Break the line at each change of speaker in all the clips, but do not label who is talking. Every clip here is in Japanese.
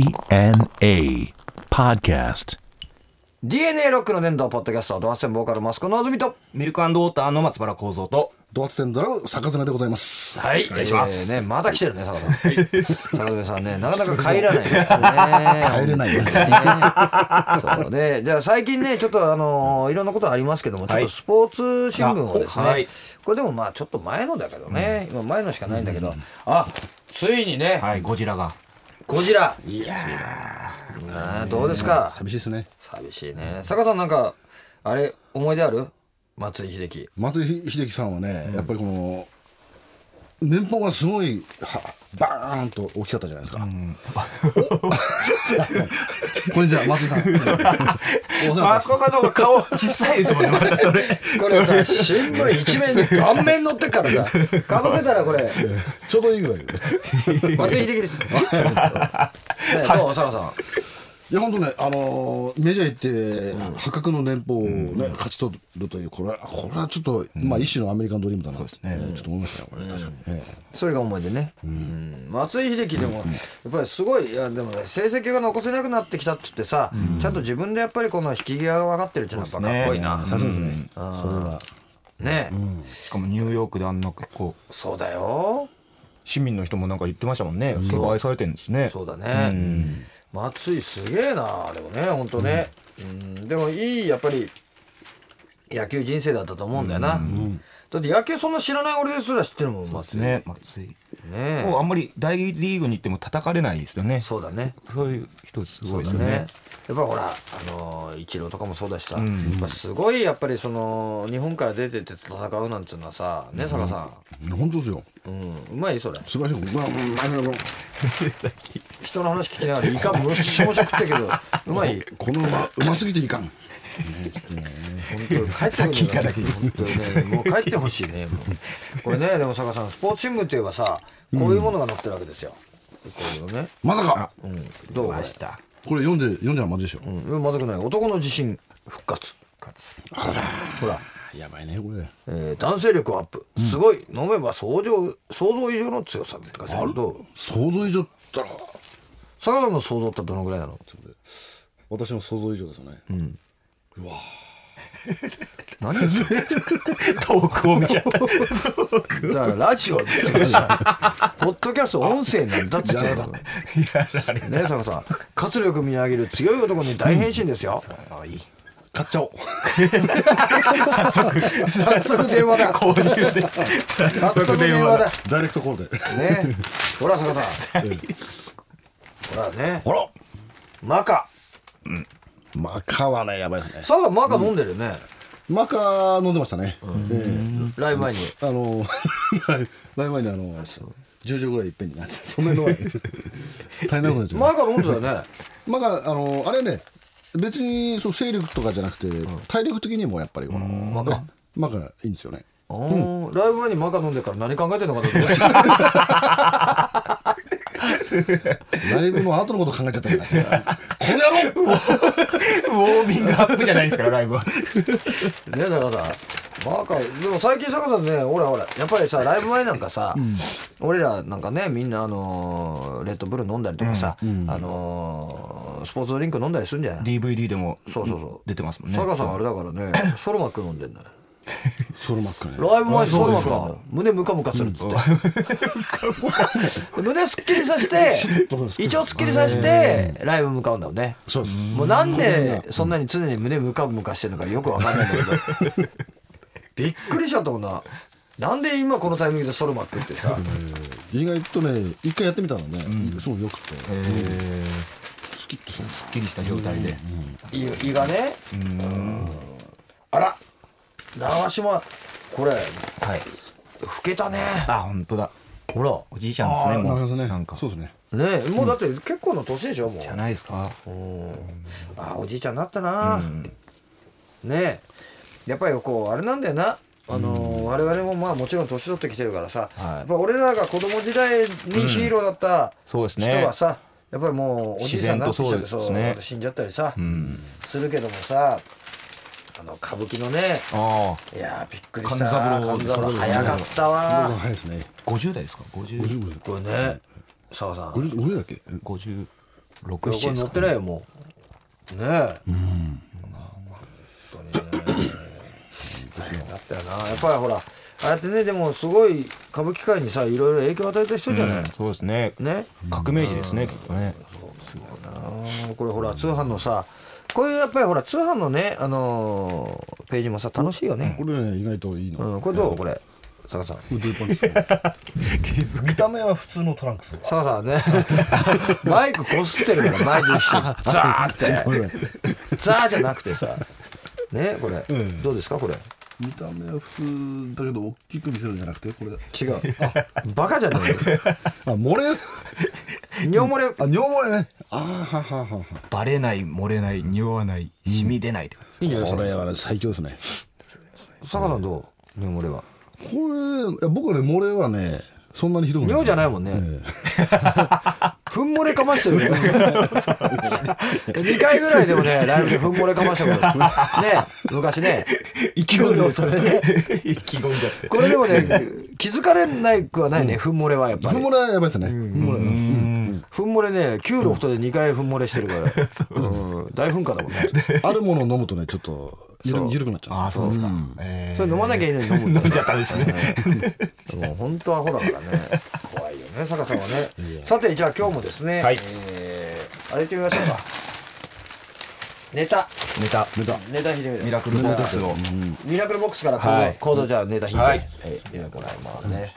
DNA Podcast.
DNA ロックの年度ポッドキャストドアセンボーカルマスコのあずみと
ミルクウォーターの松原幸三と、
ドアツテンドラム坂爪でございます。
はいお
願いします
ねまだ来てるね坂田さん坂爪さんねなかなか帰らないですね
帰れないです
ねそうねじゃあ最近ねちょっとあのーいろんなことありますけどもちょっ
は
と
い
スポーツ新聞をですね、
あはい
これでもまあちょっと前のだけどね、今前のしかないんだけど、あついにね、
はい、ゴジラが。
ゴジラ
いや
あーどうですか
ー、寂しいですね。
寂しいね坂田さんなんかあれ思い出ある松井秀喜
松井秀喜さんはね、やっぱりこの、年俸がすごい、はバーンと大きかったじゃないですか。お これじゃあ、松井さん。お世話にな
松
ってま
尾さんの方が顔 小さいですもんね、またそれ。
これさ、新聞一面に顔面乗ってっからさ、かぶせたらこれ、
すちょうどいいぐらい。
松井秀喜です。 ねえ、どう、坂さ
いや本当ね、あのーメジャー行って、破格の年俸を、ね勝ち取るという、これは、これはちょっと、まあ、一種のアメリカンドリームだな、えーちょっと思いましたよ、これ、確かに。ええ
ん。それが思い出ね。うん松井秀喜でも、やっぱりすごい、いやでもね、成績が残せなくなってきたって言ってさ、ちゃんと自分でやっぱりこの引き際が分かってるっていうのはやっぱかっこいいな。
さすがですね、それは。
ねえ
しかもニューヨークであんな結構、
そうだよ。
市民の人もなんか言ってましたもんね。結構愛されてるんですね。
そうだね。松井すげえな、でもね、本当ね。うん、でもいい、やっぱり。野球人生だったと思うんだよな。だって野球そんな知らない俺ですら知ってるもん、松井。ね
ね、松井。
え
もうあんまり大リーグに行っても叩かれないですよね。
そうだね。
そういう人すごいですよ
ね
ね。
やっぱほら、あのー、イチローとかもそうだしさ、やっぱすごいやっぱりその日本から出てって戦うなんていうのはさね坂さ
本当ですよ。
ん、うんうまいそれ
素晴らしい。まあ、まあまあまあ
人の話聞きながらイカむしもし食ったけどうまい本
このうま、うますぎていかん。
当帰ってくるのが本当にねもう帰ってほしいねもうこれねでも坂さんスポーツ新聞といえばさこういうものが載ってるわけですよ、こういうね、
まさか、
うん、どうこれ
した。
これ読んで、読んじゃまずいでしょ。
うんまずくない男の自信復活
勝つ
ほら
やばいね、これ。
えー男性力アップすごい、飲めば想像想像以上の強さとかさどう
想像以上ったら、
坂田の想像ってどのぐらいなの
私の想像以上ですよね。
何だか
遠くを見ちゃった。
らラジオって言ってさポッドキャスト音声なんだっつってんの
やだ
ね坂田さん活力みなぎる強い男に大変身ですよ、
あ、いい。
買っちゃおう。
早速電話だ
購入で。
早速電話
話
だ
だ
ダイレクトコールで。
ねほら坂田さんほらね
あら
マカ
マカはね、やばいですね。
坂田マカ飲んでるよね、
マカ飲んでましたね。ええ
ライブ前に
あの、 前前にあの、10錠ぐらいいっぺんになって、そんなに飲まない。 大変なことになっちゃう。
マカ飲んでたよね
まあ、あのあれね別にそう勢力とかじゃなくて、体力的にもやっぱりこのま
カ
まがいいんですよね
あーライブ前にマカ飲んでるから何考えてんのかなと思って
ライブの後のこと考えちゃったから この野郎
ウォーミングアップじゃないですから、ライブは。
ね坂田さんバカでも最近坂田さんねほらほらやっぱりさライブ前なんかさ、俺らなんかねみんなあのーレッドブル飲んだりとかさ、あのースポーツドリンク飲んだりするんじゃない
DVD でも
そうそうそう
出てますもんね。
坂田さんあれだからねソロマック飲んでんのよ
ソロマックね
ライブ前にソロマック飲んだの胸ムカムカするっつって 胸すっきりさせて一応すっきりさせてライブ向かうんだよね
そうです
もうなんでそんなに常に胸ムカムカしてるのかよくわかんないんだけどびっくりしちゃったもんななんで今このタイミングでソロマックってさ
意外とね一回やってみたらね、すごいよくて、スキッとする
すっきりした状態で。
胃胃がねあら長島これ
はい。
老けたね
あ、本当だ。
ほら
おじいちゃんですね、
な
も
るほど
う。
ね
なんか。
そうですね
ねもうだって結構な年でしょもう
じゃないですか。
あおじいちゃんになったな、ねえやっぱりこうあれなんだよなあのー我々もまあもちろん年取ってきてるからさ、
はい
やっぱ俺らが子供時代にヒーローだった
そうです
人
ね
がさ、やっぱりもうおじいさんになってきちゃって
自然とそ
そうう
ですね
死んじゃったりさ、するけどもさあの歌舞伎のね
ああ、
いやーびっくりした
勘三郎
勘三郎早かったわ、
早いですね
50代ですか。50。
55
これね澤さん
50だっけ
50
こ
六七
れ
です
乗っ
か
てないよもうねえ本当にね大変だったよなやっぱりほらああやってねでもすごい歌舞伎界にさいろいろ影響を与えた人じゃない、
そうですね
ね
革命児ですねきっとね
あーこれほら通販のさこういうやっぱりほら通販のねあのーページもさ楽しいよね、
これね意外といいの、
うん、これどうこれ坂さん
これデューパンですよ
見た目は普通のトランクス
坂さんね マイクこすってるからマイク一緒に ザーって
これね
ザーじゃなくてさねこれ、どうですかこれ
見た目は普通だけど大きく見せるんじゃなくてこれだ
違 うバカじゃね
あ漏れ
えよ尿漏れ
あ尿漏れねあーはははは
バレない漏れない匂わない染み出ないって感じ
いいんじゃない
こ
で
れはね最強ですね
すか坂さんどう尿漏れは
これいや僕はね漏れはねそんなにひどくない
尿じゃないいもんねふん漏れかましてる よ2回ぐらいでもねライブでふん漏れかましたことね昔ね
意気込んでそれね 意気込んじゃって
これでもね気づかれないくはないねふん漏れはやっぱ
ふん
り
漏れはやばいですね、
ふん漏れね旧ロフトで2回ふん漏れしてるからうん大噴火だもんね
あるものを飲むとねちょっとゆるゆるくなっちゃうんですよ
ああそうですかえ
それ飲まなきゃいいのに飲むんだ
飲んじゃったんですね
もう本当アホだからね怖いよね坂さんはねさてじゃあ今日もですね、
はい
えーあれ行ってみましょうかネタ
ネタ
ネタ引いてみる
ミラクルボックスを
ミラクルボックスからコード,、
はい
コードじゃあネタ引いて、
はい
ではこれまあね、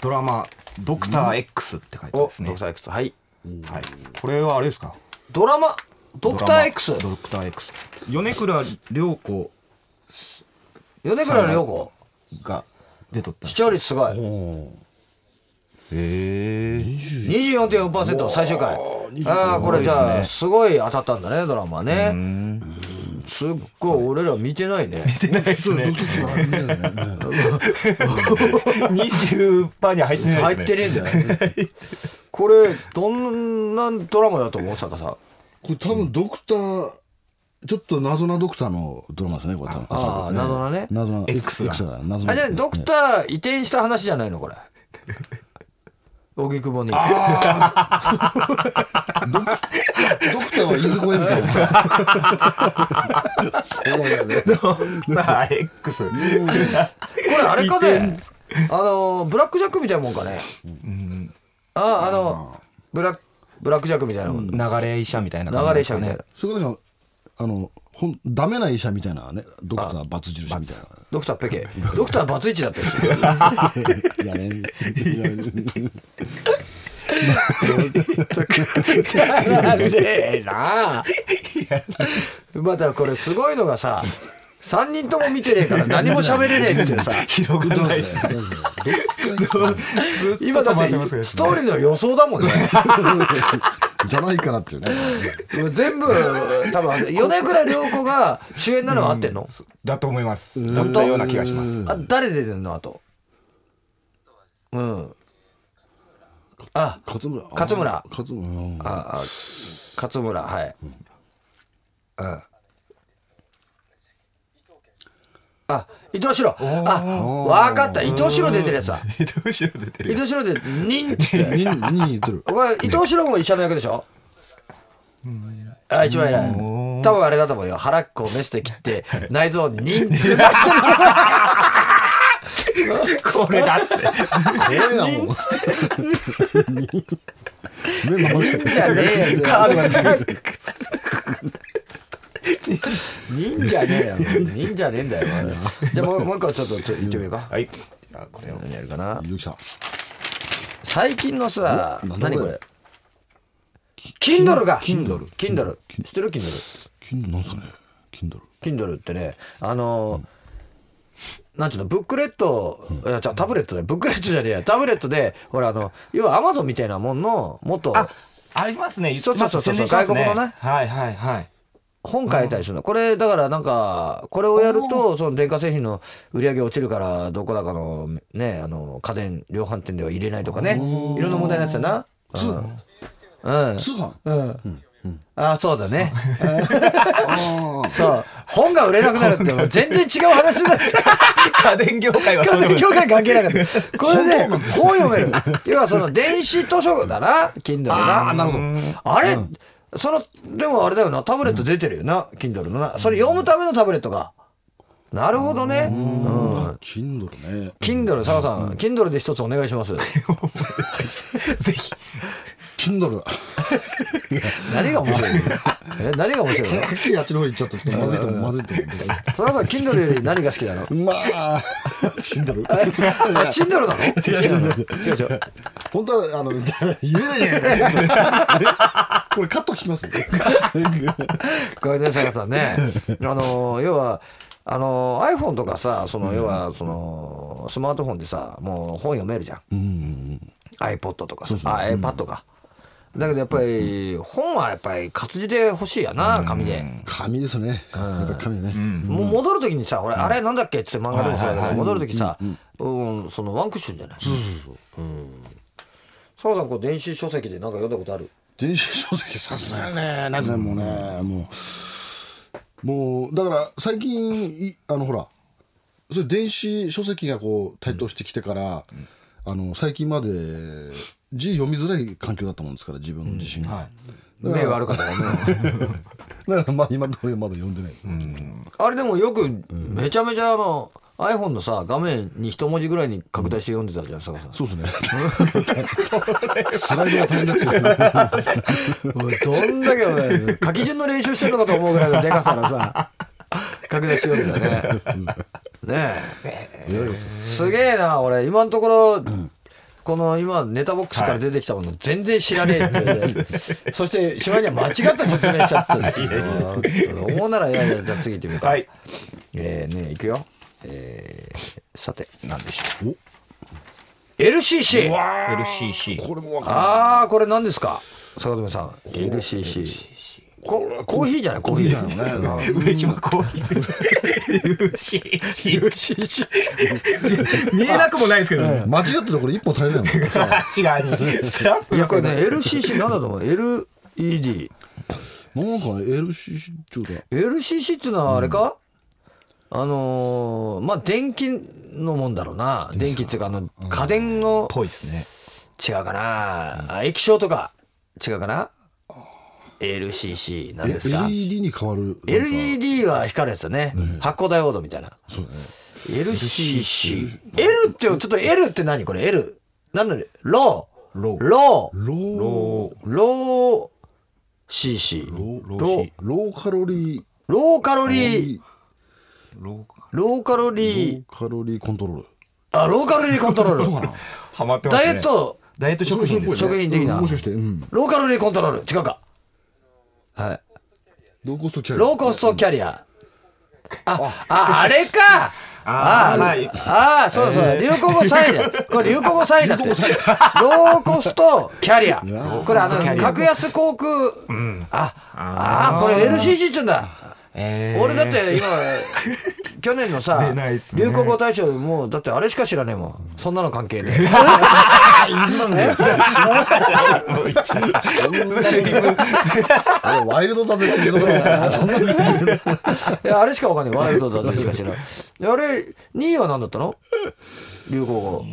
ドラマ「ドクター X」って書いて
お
ま
ド
すね
クター X はい
はいこれはあれですか
ドラマドクター X
ドラマドクター X 米倉涼子
米倉涼子
が出とった
視聴率すごい
へえ
24.4%最終回ああこれじゃあすごい当たったんだねドラマねすっごい俺ら 見てないね
20%に入ってない
入
で
っ
すね
てねえんだよ ねこれどんなドラマだと思う坂さん
これ多分ドクター、ちょっと謎なドクターのドラマですねこれ多分
ああ謎なね
謎な
X が
X が謎な
あじゃあドクター移転した話じゃないのこ れ荻窪に
ドクターは伊豆越えみたい な
ドクター X
これあれかねあのブラックジャックみたいなもんかねあああのブラックブラックジャックみたいなもん流
流れ医者みたいな
れ医者みたいな
それがなんかあのほんダメな医者みたいなねドクター罰印みたい
ドクターペケドクターバツイチだったん ですよ
ないやねいやね
ええなあまたこれすごいのがさ3人とも見てねえから何も喋れねえっていうさ
広がらないですね
今だってストーリーの予想だもんね
じゃないかなっていうね
全部多分米倉涼子が主演なのは合ってんの、
だと思いますだったような気がします
あ誰出てんのあとうんあ
勝村
勝村
勝村うん
ああ勝村はいうんあ伊藤四郎あわかった伊藤四郎出てるやつだ
伊藤 後ろ出て
伊藤四郎で「にん」って
にに言ってる
これ伊藤四郎も医者の役でしょ、あ一番偉い多分あれだと思うよ腹っこをメスで切って内臓をニンって出して
これだって
怖いなもう 目回して
るじゃねえよ
カードが出てる
ニンじゃねえよニンじゃねえんだよじゃあもうもう一個ちょっとちょっと言ってみようか
はいじゃあこれを
何やるかな
ゆきさん
最近のさ
おなんだ
何こ
こ
れ
れ
Kindle が Kindle Kindle 知ってる Kindle
金なんすかね金ドル
Kindle ってねあのーなんていうのブックレット、いやじゃあタブレットでブックレットじゃねえやタブレットでほらあの要はアマゾンみたいなもんのもっと
あありますね言ってます
そうそうそうそう
宣伝します
外国のね
はいはいはい
本書いたりするの、これだからなんかこれをやるとその電化製品の売り上げ落ちるからどこだかのねあの家電量販店では入れないとかねいろんな問題になってたな
通
うん
通販
うんあそうだね そう本が売れなくなるってもう全然違う話だっ
家電業界 はそうで
家
も
電業界関係なか ったこれで本読める要はその電子図書だな Kindle なあなるほどあれ、そのでもあれだよなタブレット出てるよな、Kindle のなそれ読むためのタブレットがなるほどねうん
Kindle ね
Kindle 佐賀さん、Kindle で一つお願いします
ぜひ
Kindle
何が面 白いのえ何が面白いの
さっきあっちの方行っちゃったちょっとまずいと 思うまずいと思
佐賀さん Kindle より何が好きなの
うまあ Kindle
あ、チンドルなの違う違う違う。
本当はあの言えないじゃないです かこれカット聞きます
これね、坂さん ね。あの、要は、あの iPhone とかさその要はそのスマートフォンでさもう本読めるじゃん、iPod とかさあ iPad とか、だけどやっぱり本はやっぱり活字で欲しいやな紙で、
紙ですねやっぱ紙ね
もう戻る時にさ俺あれなんだっけっつって漫画でもそうだけど戻る時さうんそのワンクッションじゃないそうそうそう、うん、坂さんこう電子書籍でなんか読んだことある
電子書籍さすがねなんかもうねもうもうだから最近いあのほらそれ電子書籍がこう台頭してきてから、あの最近まで字読みづらい環境だったもんですから自分自身が、
目悪かったからね
だからまあ今のところまだ読んでないです、
あれでもよくめちゃめちゃあの iPhone のさ画面に一文字ぐらいに拡大して読んでたじゃん坂さん
そう ですねスライドが大変だっちゃう
どんだけお前書き順の練習してるのかと思うぐらいのでかさがさ 拡大して読んでたねねえすげえな俺今のところ、この今ネタボックスから出てきたもの全然知らねえって、 そしてしまいには間違った説明しちゃった思うならいやいやじゃあ次行ってみようか、
はい
えー、ねえいくよえー、さて何でしょう LCC
LCC
これもわか
ああこれ何ですか坂留さん LCC こコーヒーじゃないコーヒーじゃない
んない
上島コーヒー LCC LCC 見えなくもないですけどね
間違ってるこれ一本足りないもん
違うスタッフ
いやこれね
が
LCC なんだと思う LED
なんかね LCC ちょうだ
LCC っていうのはあれか、あのーまあ電気のもんだろうな電気っていうかあの家電の
ぽいですね
違うかな、あ液晶とか違うかな LCC なんですか
LED に変わる
LED は光るやつだね発光ダイオードみたいな
そうだね
LCC。L って、ちょっと L って何これ ?L。なんだろうロー。
ロー
ロー。
ロー
ロー
ロー CC。
ロ
ロ
ー
ローカロリー
ローカロリー、
ロー
ローカロ
ロ
リー
ー、カロリーコントロール
あ、ローカロリーコントロール。
ハマってます
ダ
ね
イエット、
ダイエット食品です
食
ね
品的
う
なん
も。しかしてうん
ローカロリーコントロール。違うか。はい。
ローコストキャリア
ローコストキャリア。あ、あ、あれか
あーはい
ああ、そうだそうだ。流行語3位だよ。これ流行語3位だって。ローコストキャリア。これあの、格安航空。あ、ああ、これ LCC って言うんだ。
えー
俺だって今、去年のさ
出ないっ、すね
流行語大賞、もうだってあれしか知らねえもん。そんなの関係ね
あれワイルドだぜって言うのが そんなに
え。い やあれしかわかんねえ。ワイルドだってしか知らない。であれ、2位は何だったの流行語。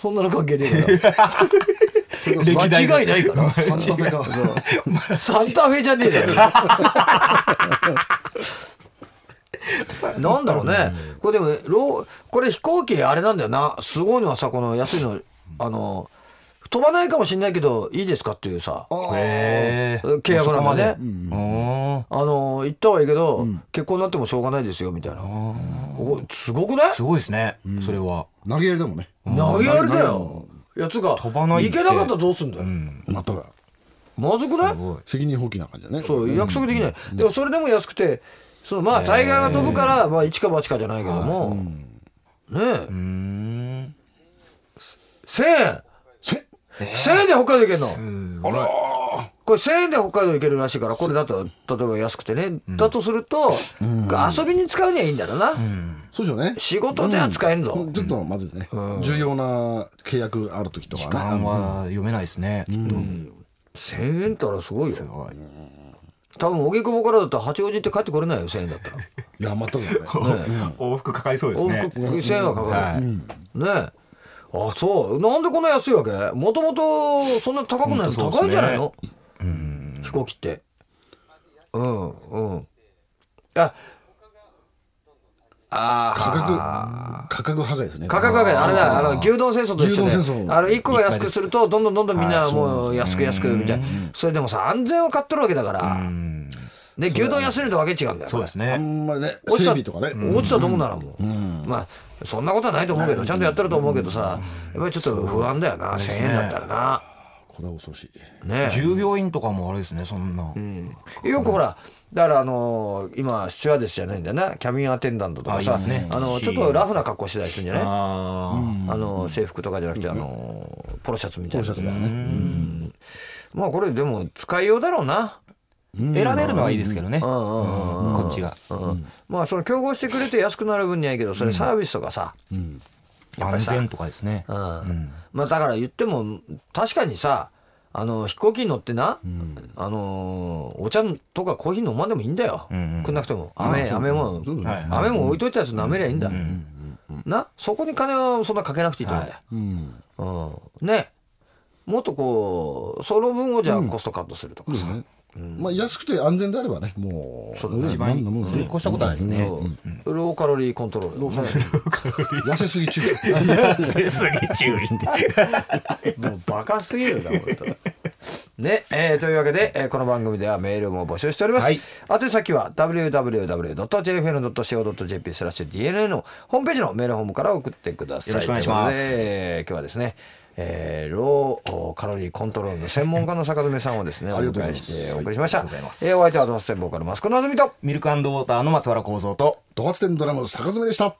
そんなの関係ねえから。
歴代の
間違いないから。
サンタフェか
サンタフェじゃねえだろ。 なんだろうね。これでも、ローこれ飛行機あれなんだよな。すごいのはさ、この安いの、あの、飛ばないかもしれないけど、いいですかっていうさ、
えー
契約なんかね。
おー
あの、行ったはいいけど、結婚になってもしょうがないですよ、みたいな。おすごくない
すごいですねそれは
投げやりだもんね
投げやりだよ。いや、つうか、
飛ばない
行
って
けなかったらどうすんだよ。
またが
まずくない
責任放棄な感じだね
そう約束できない、でもそれでも安くてそのまあ大概が飛ぶから、まあ一か八かじゃないけども、ねえ
うん
1000円
せ
1000円で北海道行けるのこれ1000円で北海道行けるらしいからこれだと例えば安くてね、だとすると、遊びに使うにはいいんだろうな、
そうじゃね
仕事では使えんぞ、
うんちょっとまずいね重要な契約ある時とかね
あんま読めないですね
1000円ったらすごいよ
ごい
多分荻窪からだったら八王子って帰ってこれないよ1000円だったら
いや全くだね
往復かかりそうです
往
ね
復1000円はかか
はい
る、ねえあそうなんでこんな安いわけもともとそんな高くないの、
ほんと
高
そ
い
うっすね
んじゃないの飛行機ってうんうんああー
価格価格破壊ですね
価格上げあれだあの牛丼戦争と一緒で
牛丼戦争
あの1個が安くするとどんどんどんどんみんなもう安く安くみたいなそれでもさ安全を買っとるわけだから
うん
で牛丼安いのとわけ違うんだよ
そうです
あ
ね
んまりね
落
整
ちた
備とかね、
落ちたと思うならもう、まあそんなことはないと思うけどちゃんとやってると思うけどさやっぱりちょっと不安だよな1,000円だったらな
これは恐ろしい
ね
従業員とかもあれですねそんな
えよくほらだからあのー今スチュワーデスじゃないんだよなキャビンアテンダントとか
あい
さ
ますね
あのちょっとラフな格好してたりするんじゃない
あー
あの制服とかじゃなくてあのポロシャツみたいなやつねうんまあこれでも使いようだろうな
選べるのはいいですけどね
うんうんうん
こっちが
うんまあその競合してくれて安くなる分にはいいけどそれサービスとかさやっぱ
安
りさ
全とかですね
うんまあだから言っても確かにさあの飛行機に乗ってな、あのーお茶とかコーヒー飲まんでもいいんだよ、
んうん
食んなくても飴飴も
そうだね
はい
飴も置いといたやつ舐めりゃいいんだ、なそこに金はそんなかけなくていいと思うんだよ、
うん
うん、ねもっとこうその分をじゃあコストカットするとかさ、
そうねまあ安くて安全であればねもうそうだね
一番
んなもん
それに越したことはないですね
そうローカロリーコントロール、
痩せすぎ中
すげえ注意って
もうバカすぎるな、本当。ね、えーというわけで、えーこの番組ではメールも募集しております。
はい
宛先は www.jfn.co.jp スラッシュ DNA のホームページのメールホームから送ってください。
よろしくお願いします
ということでえー今日はですね、えーローカロリーコントロールの専門家の坂爪さんをですね、お
ありがとう
迎
ござ
え
います
してお送りしました。
ありがとうございます
えーお相手はドステンボーカルマスコのぞみと。
ミルクウォーターの松原幸三と
ドハツテンドラマの坂詰めでした